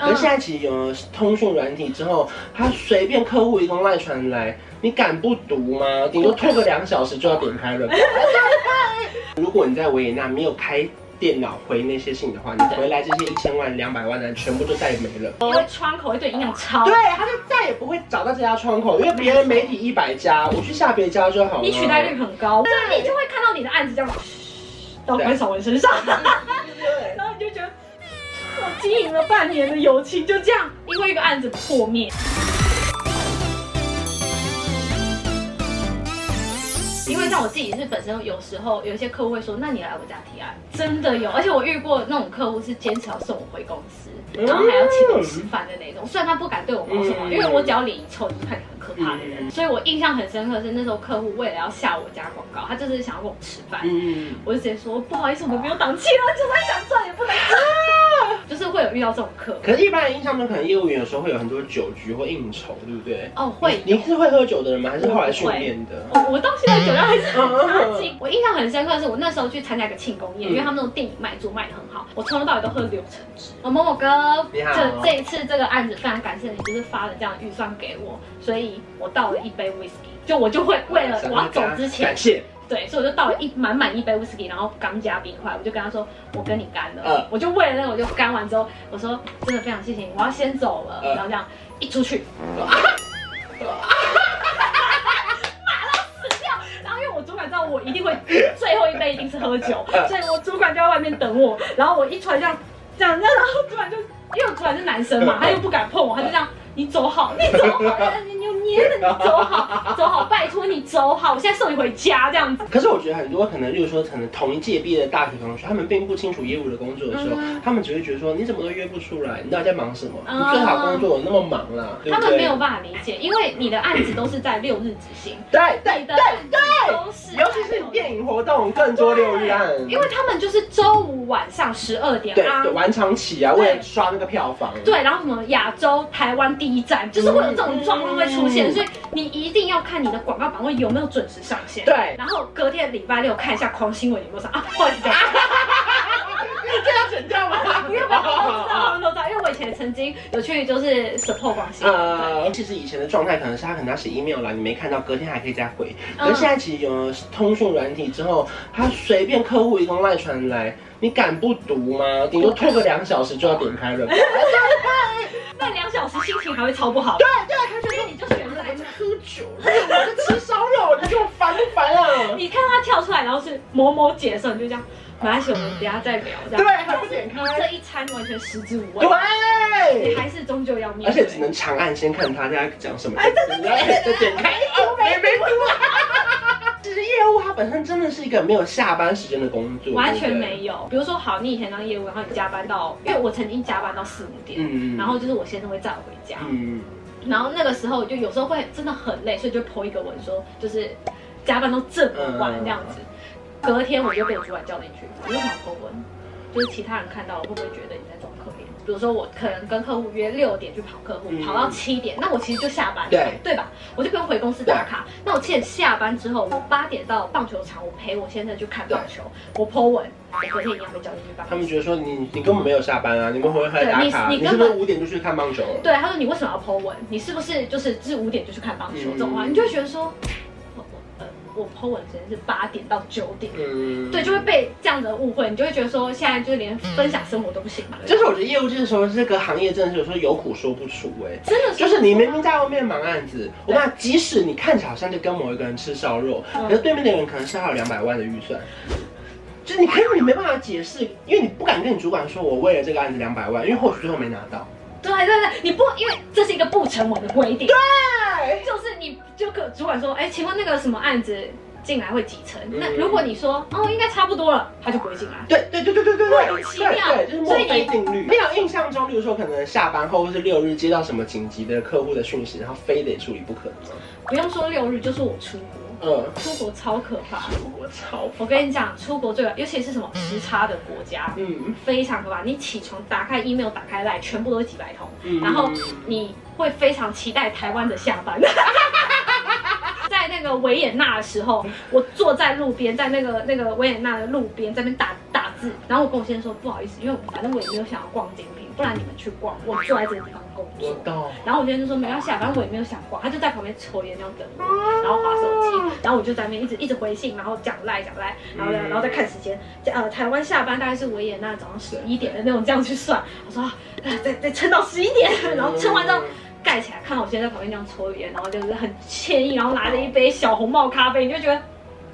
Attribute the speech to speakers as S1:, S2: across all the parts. S1: 可
S2: 嗯
S1: 是现在其实有了通讯软体之后，他随便客户一通赖传来，你敢不读吗？顶多拖个两小时就要点开了 吧。如果你在维也纳没有开电脑回那些信的话，你回来这些一千万、两百万的全部就再也没了。
S2: 因为窗口会对你影响超
S1: 对，他就再也不会找到这家窗口，因为别人媒体一百家，我去下别家就好了。
S2: 你取代率很高，就是你就会看到你的案子这样到关晓雯身上，
S1: 嗯
S2: 然后你就觉得我经营了半年的友情就这样因为一个案子破灭。因为像我自己是本身有时候有一些客户会说，那你来我家提案，真的有，而且我遇过那种客户是坚持要送我回公司，
S1: 嗯
S2: 然后还要请我吃饭的那种。虽然他不敢对我毛什么，
S1: 嗯
S2: 因为我只要脸一臭，你就看起来很可怕的人。
S1: 嗯
S2: 所以我印象很深刻是那时候客户为了要下我家广告，他就是想要跟我吃饭，
S1: 嗯，
S2: 我就直接说不好意思，我们没有档期了，就算 想赚也不能赚，就是会有遇到这种客户。
S1: 可是，一般人印象中，可能业务员有时候会有很多酒局或应酬，对不对？
S2: 哦，会
S1: 你是会喝酒的人吗？还是后来训练的？
S2: 我我到现在酒量还是很差劲。我印象很深刻的是，我那时候去参加一个庆功宴，
S1: 嗯
S2: 因为他们那种电影卖桌卖的很好，我从头到尾都喝柳橙汁。哦，某 某哥，
S1: 你好
S2: 这这一次这个案子非常感谢你，就是发了这样的预算给我，所以我倒了一杯 whisky，就我就会为了我要走之前
S1: 感，谢。
S2: 对，所以我就倒了一满满一杯 whisky，然后刚加冰块，我就跟他说我跟你干了，
S1: 嗯
S2: 我就为了那个我就干完之后，我说真的非常谢谢你，我要先走了，
S1: 嗯
S2: 然后这样一出去，然后因为我主管知道我一定会最后一杯一定是喝酒，
S1: 嗯
S2: 所以我主管就在外面等我。然后我一出来这样这样，然后主管就因为我主管是男生
S1: 嗯
S2: 嘛，他又不敢碰我，他就这样。你走好，你走好，你你捏着你走好，走好，拜托你走好，我现在送你回家这样子。
S1: 可是我觉得很多可能，例如说，可能同一届毕业的大学同学，他们并不清楚业务的工作的时候，
S2: 嗯
S1: 他们只会觉得说，你怎么都约不出来，你到底在忙什么？
S2: 哦
S1: 你最好工作有那么忙啦，对
S2: 他
S1: 不
S2: 们没
S1: 对
S2: 有？办法理解，因为你的案子都是在六日执行，
S1: 对对
S2: 你的
S1: 对
S2: 案子
S1: 对，
S2: 都是在
S1: 尤其是你电影活动更多六日案，
S2: 因为他们就是周五晚上十二点
S1: 对
S2: 啊
S1: 对，晚场起啊，
S2: 对
S1: 为了刷那个票房，
S2: 对，然后什么亚洲台湾第一站，就是会有这种状况会出现，
S1: 嗯
S2: 所以你一定要看你的广告版位有没有准时上线。
S1: 对
S2: 然后隔天礼拜六看一下狂新闻有没有上啊，不好意 思，
S1: 这要剪掉吗？
S2: 不要不要，他们都知道，他们都知道，因为我以前曾经有去就是 support 广新闻。对
S1: 呃，其实以前的状态可能是他可能要写 email 啦，你没看到，隔天还可以再回。
S2: 嗯
S1: 可是现在其实有了通讯软体之后，他随便客户一通赖传来，你敢不读吗？顶多拖个两小时就要点开了吧。哎
S2: 那两小时心情还会超不好。对
S1: 啊
S2: 对，所以你就选
S1: 我
S2: 择
S1: 在喝酒，我在吃烧肉，你给我烦不烦啊？
S2: 你看他跳出来，然后是某某姐的时候，你就这样，没关系，我们等一下再聊。这
S1: 对，
S2: 样，
S1: 还不点开？
S2: 这一餐完全食之无味，你
S1: 对。
S2: 还是终究要面
S1: 而
S2: 对。
S1: 且只能长按先看他在讲什么，再点开，哦，没没读啊。 其实业务它本身真的是一个没有下班时间的工作，
S2: 完全
S1: 对不对
S2: 没有。比如说，好，你以前当业务，然后你加班到，因为我曾经加班到四五点，
S1: 嗯
S2: 然后就是我先生会载我回家，
S1: 嗯，
S2: 然后那个时候就有时候会真的很累，所以就 po 一个文说，就是加班到这么
S1: 嗯
S2: 晚这样子。隔天我就被我主管叫进去，我就想 po 文，就是其他人看到了会不会觉得你在装可怜？比如说我可能跟客户约六点去跑客户，
S1: 嗯
S2: 跑到七点，那我其实就下班了，
S1: 对
S2: 对吧？我就不用回公司打卡。那我七点下班之后，我八点到棒球场，我陪我先生去看棒球，我 po 文，我隔天一样被叫进去办
S1: 他
S2: 公
S1: 们
S2: 室。
S1: 觉得说你你根本没有下班啊，你们回来打卡，
S2: 嗯对你
S1: 你
S2: 你
S1: 是
S2: 根
S1: 不
S2: 本
S1: 是五点就去看棒球了？
S2: 对，他说你为什么要 po 文？你是不是就是至五点就去看棒球
S1: 嗯
S2: 这种话，你就会觉得说，我我呃我 po 文时间是八点到九点，
S1: 嗯，
S2: 对，就会被这样的误会，你就会觉得说现在就是连分享生活都不行嘛，
S1: 就是我觉得业务这时候这个行业真的是有时候有苦说不出哎、
S2: 真的
S1: 就是你明明在外面忙案子，我那即使你看起来好像在跟某一个人吃烧肉，
S2: 嗯
S1: 可是对面的人可能是还有两百万的预算，就是你根本你没办法解释，因为你不敢跟你主管说我为了这个案子两百万，因为或许最后没拿到。
S2: 对对对，你不因为这是一个不成文的规定，
S1: 哎，
S2: 就是你就跟主管说，哎，请问那个什么案子进来会几成？那
S1: 嗯
S2: 如果你说哦应该差不多了，他就不会进来。
S1: 对对对对对对
S2: 莫
S1: 对，
S2: 名其妙
S1: 对对，就是墨
S2: 所以你
S1: 菲定律。没有印象中，例如说可能下班后或是六日接到什么紧急的客户的讯息，然后非得处理不可吗？
S2: 不用说六日，就是我出国，
S1: 嗯，
S2: 出国超可怕。
S1: 我操，
S2: 我跟你讲，出国最尤其是什么时差的国家，
S1: 嗯
S2: 非常可怕。你起床打开 email，打开 line，全部都是几百通，
S1: 嗯
S2: 然后你会非常期待台湾的下班。 在那个维也纳的时候，我坐在路边，在那个那个维也纳的路边，在那边打打字，然后我跟我先生说，不好意思，因为我反正我也没有想要逛精品，不不然你们去逛，我坐在这个地方工
S1: 我
S2: 作。
S1: 懂。
S2: 然后我今天就说没关系啊，反正我也没有想逛，他就在旁边抽烟那样等我，然后划手机，然后我就在那边一直一直回信，然后讲赖讲赖，然后呢
S1: 哦嗯
S2: 然后再看时间，呃，台湾下班大概是维也纳早上十一点的那种这样去算，我说啊，再再撑到十一
S1: 嗯
S2: 点，然后撑完之后。盖起来，看到我现在在旁边这样抽烟，然后就是很惬意，然后拿着一杯小红帽咖啡，你就觉得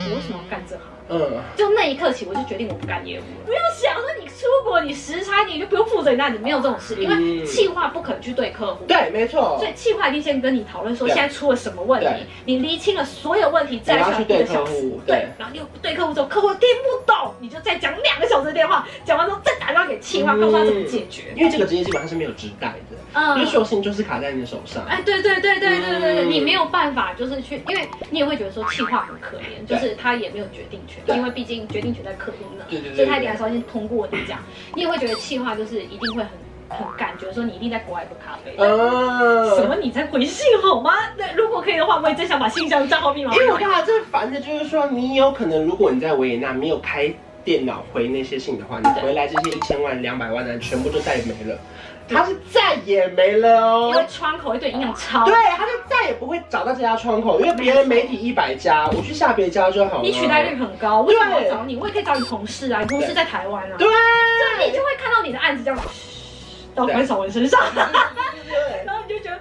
S2: 我为什么要干这行？
S1: 嗯，
S2: 就那一刻起，我就决定我不干业务了。不要想说你出国，你时差你就不用负责人家，你没有这种事，因为
S1: 嗯
S2: 企划不可能去对客户。
S1: 对，没错
S2: 所。以企划一定先跟你讨论说
S1: 对
S2: 现在出了什么问题
S1: 对，
S2: 你厘清了所有问题，再
S1: 你要
S2: 讲
S1: 去
S2: 一个
S1: 对客
S2: 小时
S1: 户，对
S2: 对，然后又对客户之后，客户听不懂，你就再讲两个小时的电话，讲完之后再打电话给企划，
S1: 嗯
S2: 告诉他怎么解决。
S1: 因为这个职业基本上是没有直带的，因
S2: 嗯
S1: 为所有事情就是卡在你的手上。
S2: 哎，对对对对对对对，
S1: 嗯
S2: 你没有办法，就是去，因为你也会觉得说企划很可怜，就是他也没有决定权，
S1: 对
S2: 因为毕竟决定权在客户那，
S1: 对对对对
S2: 所以他一定还是要先通过你这样，你也会觉得企划就是一定会很很感觉说你一定在国外喝咖啡。
S1: 嗯，
S2: 什么？你在回信好吗？那如果可以的话，我也真想把信箱账号密码
S1: 因为我
S2: 给
S1: 刚
S2: 你
S1: 才最烦的就是说，你有可能如果你在维也纳没有开电脑回那些信的话，你回来这些一千万、两百万的全部就再也没了，他是再也没了
S2: 因为
S1: 哦。
S2: 窗口会对你影响超
S1: 对，。啊他就再也不会找到这家窗口，因为别人媒体一百家，我去下别家就好了。
S2: 你取代率很高，为什么
S1: 对
S2: 我找你？我也可以找你同事啊，你同事在台湾啊，
S1: 对，
S2: 所以你就会看到你的案子这样嘘到关晓雯身上。
S1: 对
S2: 然后你就觉得，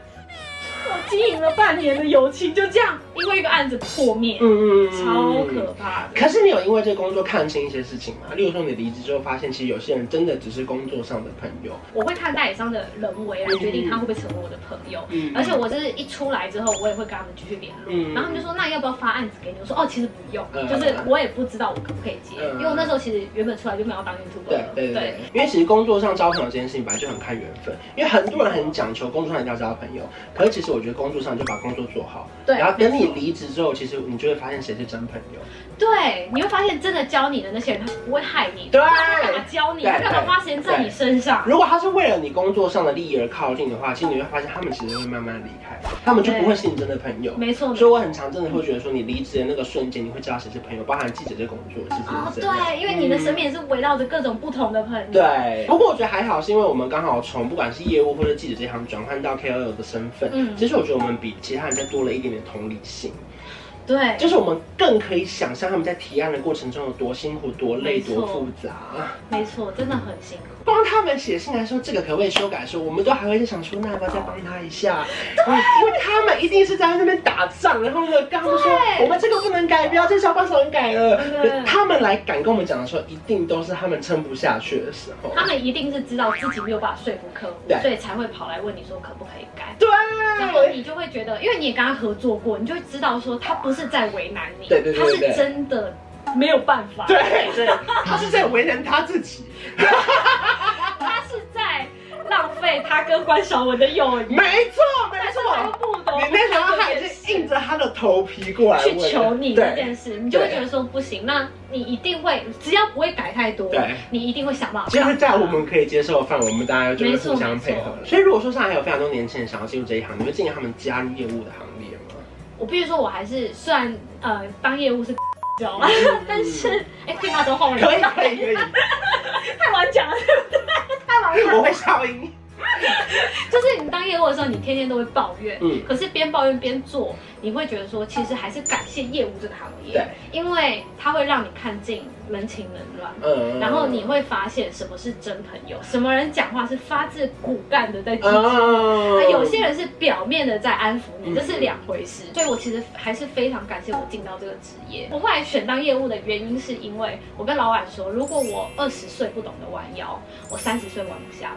S2: 我经营了半年的友情就这样，因为一个案子破灭，
S1: 嗯
S2: 超可。怕的。
S1: 可是你有因为这个工作看清一些事情吗？例如说你离职之后发现，其实有些人真的只是工作上的朋友。
S2: 我会看代理商的人为来啊决定他会不会成为我的朋友。
S1: 嗯
S2: 而且我就是一出来之后，我也会跟他们继续联络，
S1: 嗯
S2: 然后他们就说那要不要发案子给你？我说哦，其实不用，
S1: 嗯
S2: 就是我也不知道我可不可以接，
S1: 嗯
S2: 因为我那时候其实原本出来就没有要当 YouTuber，
S1: 对
S2: 了
S1: 对对对，因为其实工作上交朋友这件事情本来就很看缘分，因为很多人很讲求工作上一定要交朋友，可是其实我觉得工作上就把工作做好，
S2: 对
S1: 然后等你
S2: 没错
S1: 离职之后，其实你就会发现谁是真朋友。
S2: 对，你会发现真的教你的那些人，他不会害你，
S1: 对
S2: 他干嘛教你？
S1: 对
S2: 他干嘛花时间在你身上？
S1: 如果他是为了你工作上的利益而靠近的话，其实你会发现他们其实会慢慢离开，他们就不会是你真的朋友。
S2: 没错，
S1: 所
S2: 没
S1: 以
S2: 错。
S1: 我很常真的会觉得说，你离职的那个瞬间，你会知道谁是朋友，包含记者这工作其
S2: 哦，
S1: 实是真的。
S2: 对，因为你的身边也是围绕着各种不同的朋友。
S1: 对，不过我觉得还好，是因为我们刚好从不管是业务或者记者这行转换到 KOL 的身份，
S2: 嗯
S1: 其实我觉得我们比其他人再多了一点点同理心，
S2: 对，
S1: 就是我们更可以想象他们在提案的过程中有多辛苦、多累、
S2: 没错
S1: 多复杂。
S2: 没错，真的很辛苦。
S1: 帮他们写信来啊说这个可不可以修改的时候，我们都还会在想说，那要不要再帮他一下？嗯因为他们一定是在那边打仗，然后呢，跟他们说
S2: 对
S1: 我们这个不能改，不要再小帮手改了。
S2: 对
S1: 可他们来敢跟我们讲的时候，一定都是他们撑不下去的时候。
S2: 他们一定是知道自己没有办法说服客户
S1: 对，
S2: 所以才会跑来问你说可不可以改。
S1: 对，
S2: 然后你就会觉得，因为你也跟他合作过，你就会知道说他不是在为难你，
S1: 对对对对
S2: 他是真的没有办法，
S1: 对对，他是在为难他自己。
S2: 他是在浪费他跟关晓雯的友谊。
S1: 没错，没
S2: 但是他又
S1: 错。
S2: 不懂，
S1: 你那时候他已经硬着他的头皮过来
S2: 去
S1: 问
S2: 求你这
S1: 对，
S2: 件事，你就会觉得说不行，那你一定会，只要不会改太多
S1: 对，
S2: 你一定会想办法。
S1: 就是在我们可以接受的范围，我们大家就会互相配合
S2: 没
S1: 了。所以如果说上海有非常多年轻人想要进入这一行，你会建议他们加入业务的行列吗？
S2: 我必须说，我还是虽然呃当业 务是，知道吗
S1: 嗯？
S2: 但是哎，对话都后面
S1: 可以可以可以，
S2: 太晚讲了，对不对？太晚讲
S1: 我
S2: 了。
S1: 会消音你。
S2: 就是你当业务的时候，你天天都会抱怨，
S1: 嗯
S2: 可是边抱怨边做，你会觉得说，其实还是感谢业务这个行业
S1: 对，
S2: 因为它会让你看尽人情冷暖。
S1: 嗯
S2: 然后你会发现什么是真朋友，什么人讲话是发自骨干的在激励
S1: 嗯
S2: 那有些人是表面的在安抚
S1: 嗯
S2: 你，这是两回事。所以我其实还是非常感谢我进到这个职业。我后来选当业务的原因，是因为我跟老板说，如果我二十岁不懂得弯腰，我三十岁弯不下来。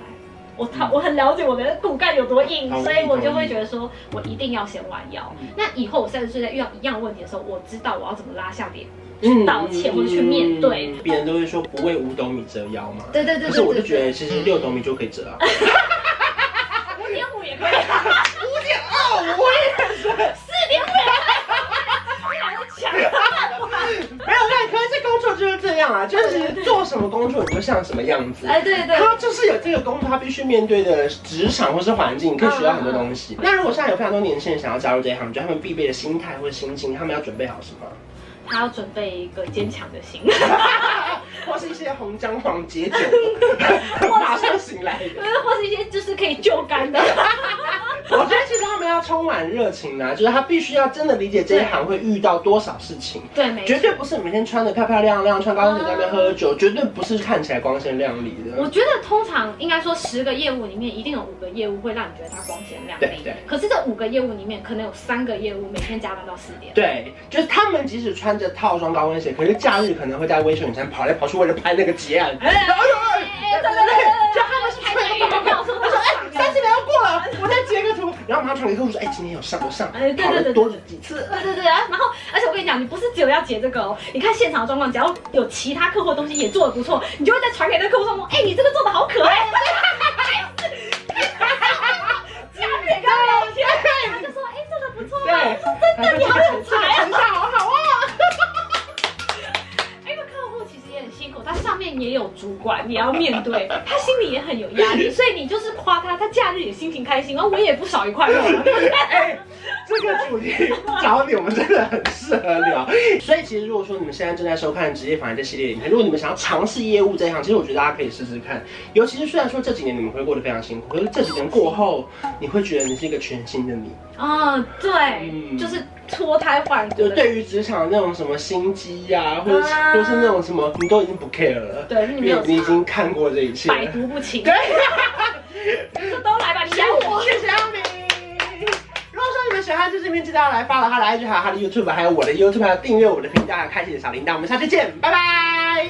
S2: 我他我很了解我的骨干有多硬
S1: 嗯同意，
S2: 所以我就
S1: 同
S2: 会
S1: 意
S2: 觉得说，我一定要先弯腰
S1: 嗯。
S2: 那以后我三十岁再遇到一样的问题的时候，我知道我要怎么拉下脸。
S1: 嗯
S2: 道歉或者去面对
S1: 别人都会说不为五斗米折腰嘛。
S2: 对对对
S1: 可
S2: 对
S1: 是
S2: 对
S1: 我就觉得其实六斗米就可以折啊。
S2: 五点五也可以，
S1: 五点二五，我也是。
S2: 四点五也可以，你好强
S1: 没有，那可是这工作就是这样啊，就是做什么工作你就像什么样子。
S2: 哎，对对，
S1: 他就是有这个工作，他必须面对的职场或是环境，可以学到很多东
S2: 嗯
S1: 西。那如果现在有非常多年轻人想要加入这一行，你觉得他们必备的心态或者心境，他们要准备好什么？
S2: 他要准备一个坚强的心。
S1: 或是一些红姜黄解酒， 马上醒来。
S2: 或是一些就是可以救干 的，
S1: 我觉得其实他们要充满热情啊，就是他必须要真的理解这一行会遇到多少事情。
S2: 对，没错
S1: 绝。对不是每天穿的漂漂亮亮，穿高跟鞋在那边喝酒，绝对不是看起来光鲜亮丽的。
S2: 我觉得通常应该说十个业务里面一定有五个业务会让你觉得它光鲜亮
S1: 对
S2: 丽，
S1: 对
S2: 可是这五个业务里面可能有三个业务每天加班到四点，
S1: 对，就是他们即使穿着套装高跟鞋，可是假日可能会在微秀影山跑来跑去，为了拍那个结案。
S2: 哎
S1: 然后就哎
S2: 哎，
S1: 对对
S2: 对对
S1: 对
S2: 对对，
S1: 就
S2: 就
S1: 他
S2: 他
S1: 们
S2: 们
S1: 是
S2: 是
S1: 拍
S2: 拍
S1: 那
S2: 那
S1: 个广
S2: 个广
S1: 告
S2: 告，
S1: 我说哎，三十秒要过了，我再截个图。然后马上传给客户说，哎，今天有上有上，
S2: 哎对对
S1: 跑了
S2: 对对
S1: 多了几次。
S2: 对对对，然后而且我跟你讲，你不是只有要截这个哦，你看现场的状况，只要有其他客户的东西也做的不错，你就会再传给那个客户说，哎，你这个做的好可爱。假日也跟他聊天，他就说，哎，这个不错
S1: 对，
S2: 啊，我说真的，你好有才啊
S1: 成！效好好啊。
S2: 因为客户其实也很辛苦，他上面也有主管，你要面对，他心里也很有压力，所以你就是夸他，他假日也心情开心，而我也不少一块 肉啊。
S1: 哎，这个主题 找你，我们真的很适合聊。所以其实如果说你们现在正在收看《职业访谈》这系列影片，如果你们想要尝试业务这一行，其实我觉得大家可以试试看。尤其是虽然说这几年你们会过得非常辛苦，可是这几年过后，你会觉得你是一个全新的你。
S2: 嗯，
S1: 嗯
S2: 对，就是脱胎换骨
S1: 就
S2: 的。
S1: 对于职场那种什么心机呀、或者是
S2: 啊
S1: 都是那种什么，你都已经不 care 了。
S2: 对你
S1: 因
S2: 没有
S1: 为
S2: 差
S1: 你已经看过这一切了。
S2: 百毒不侵。
S1: 对，
S2: 这都来吧，你
S1: 谢
S2: 养
S1: 谢
S2: 我。
S1: 小米。如果说你们喜欢这支片，记得要来 follow 他的 IG，还有他的 YouTube，还有我的 YouTube，还有订阅我的频道，还有开启你的小铃铛。我们下期见，拜拜。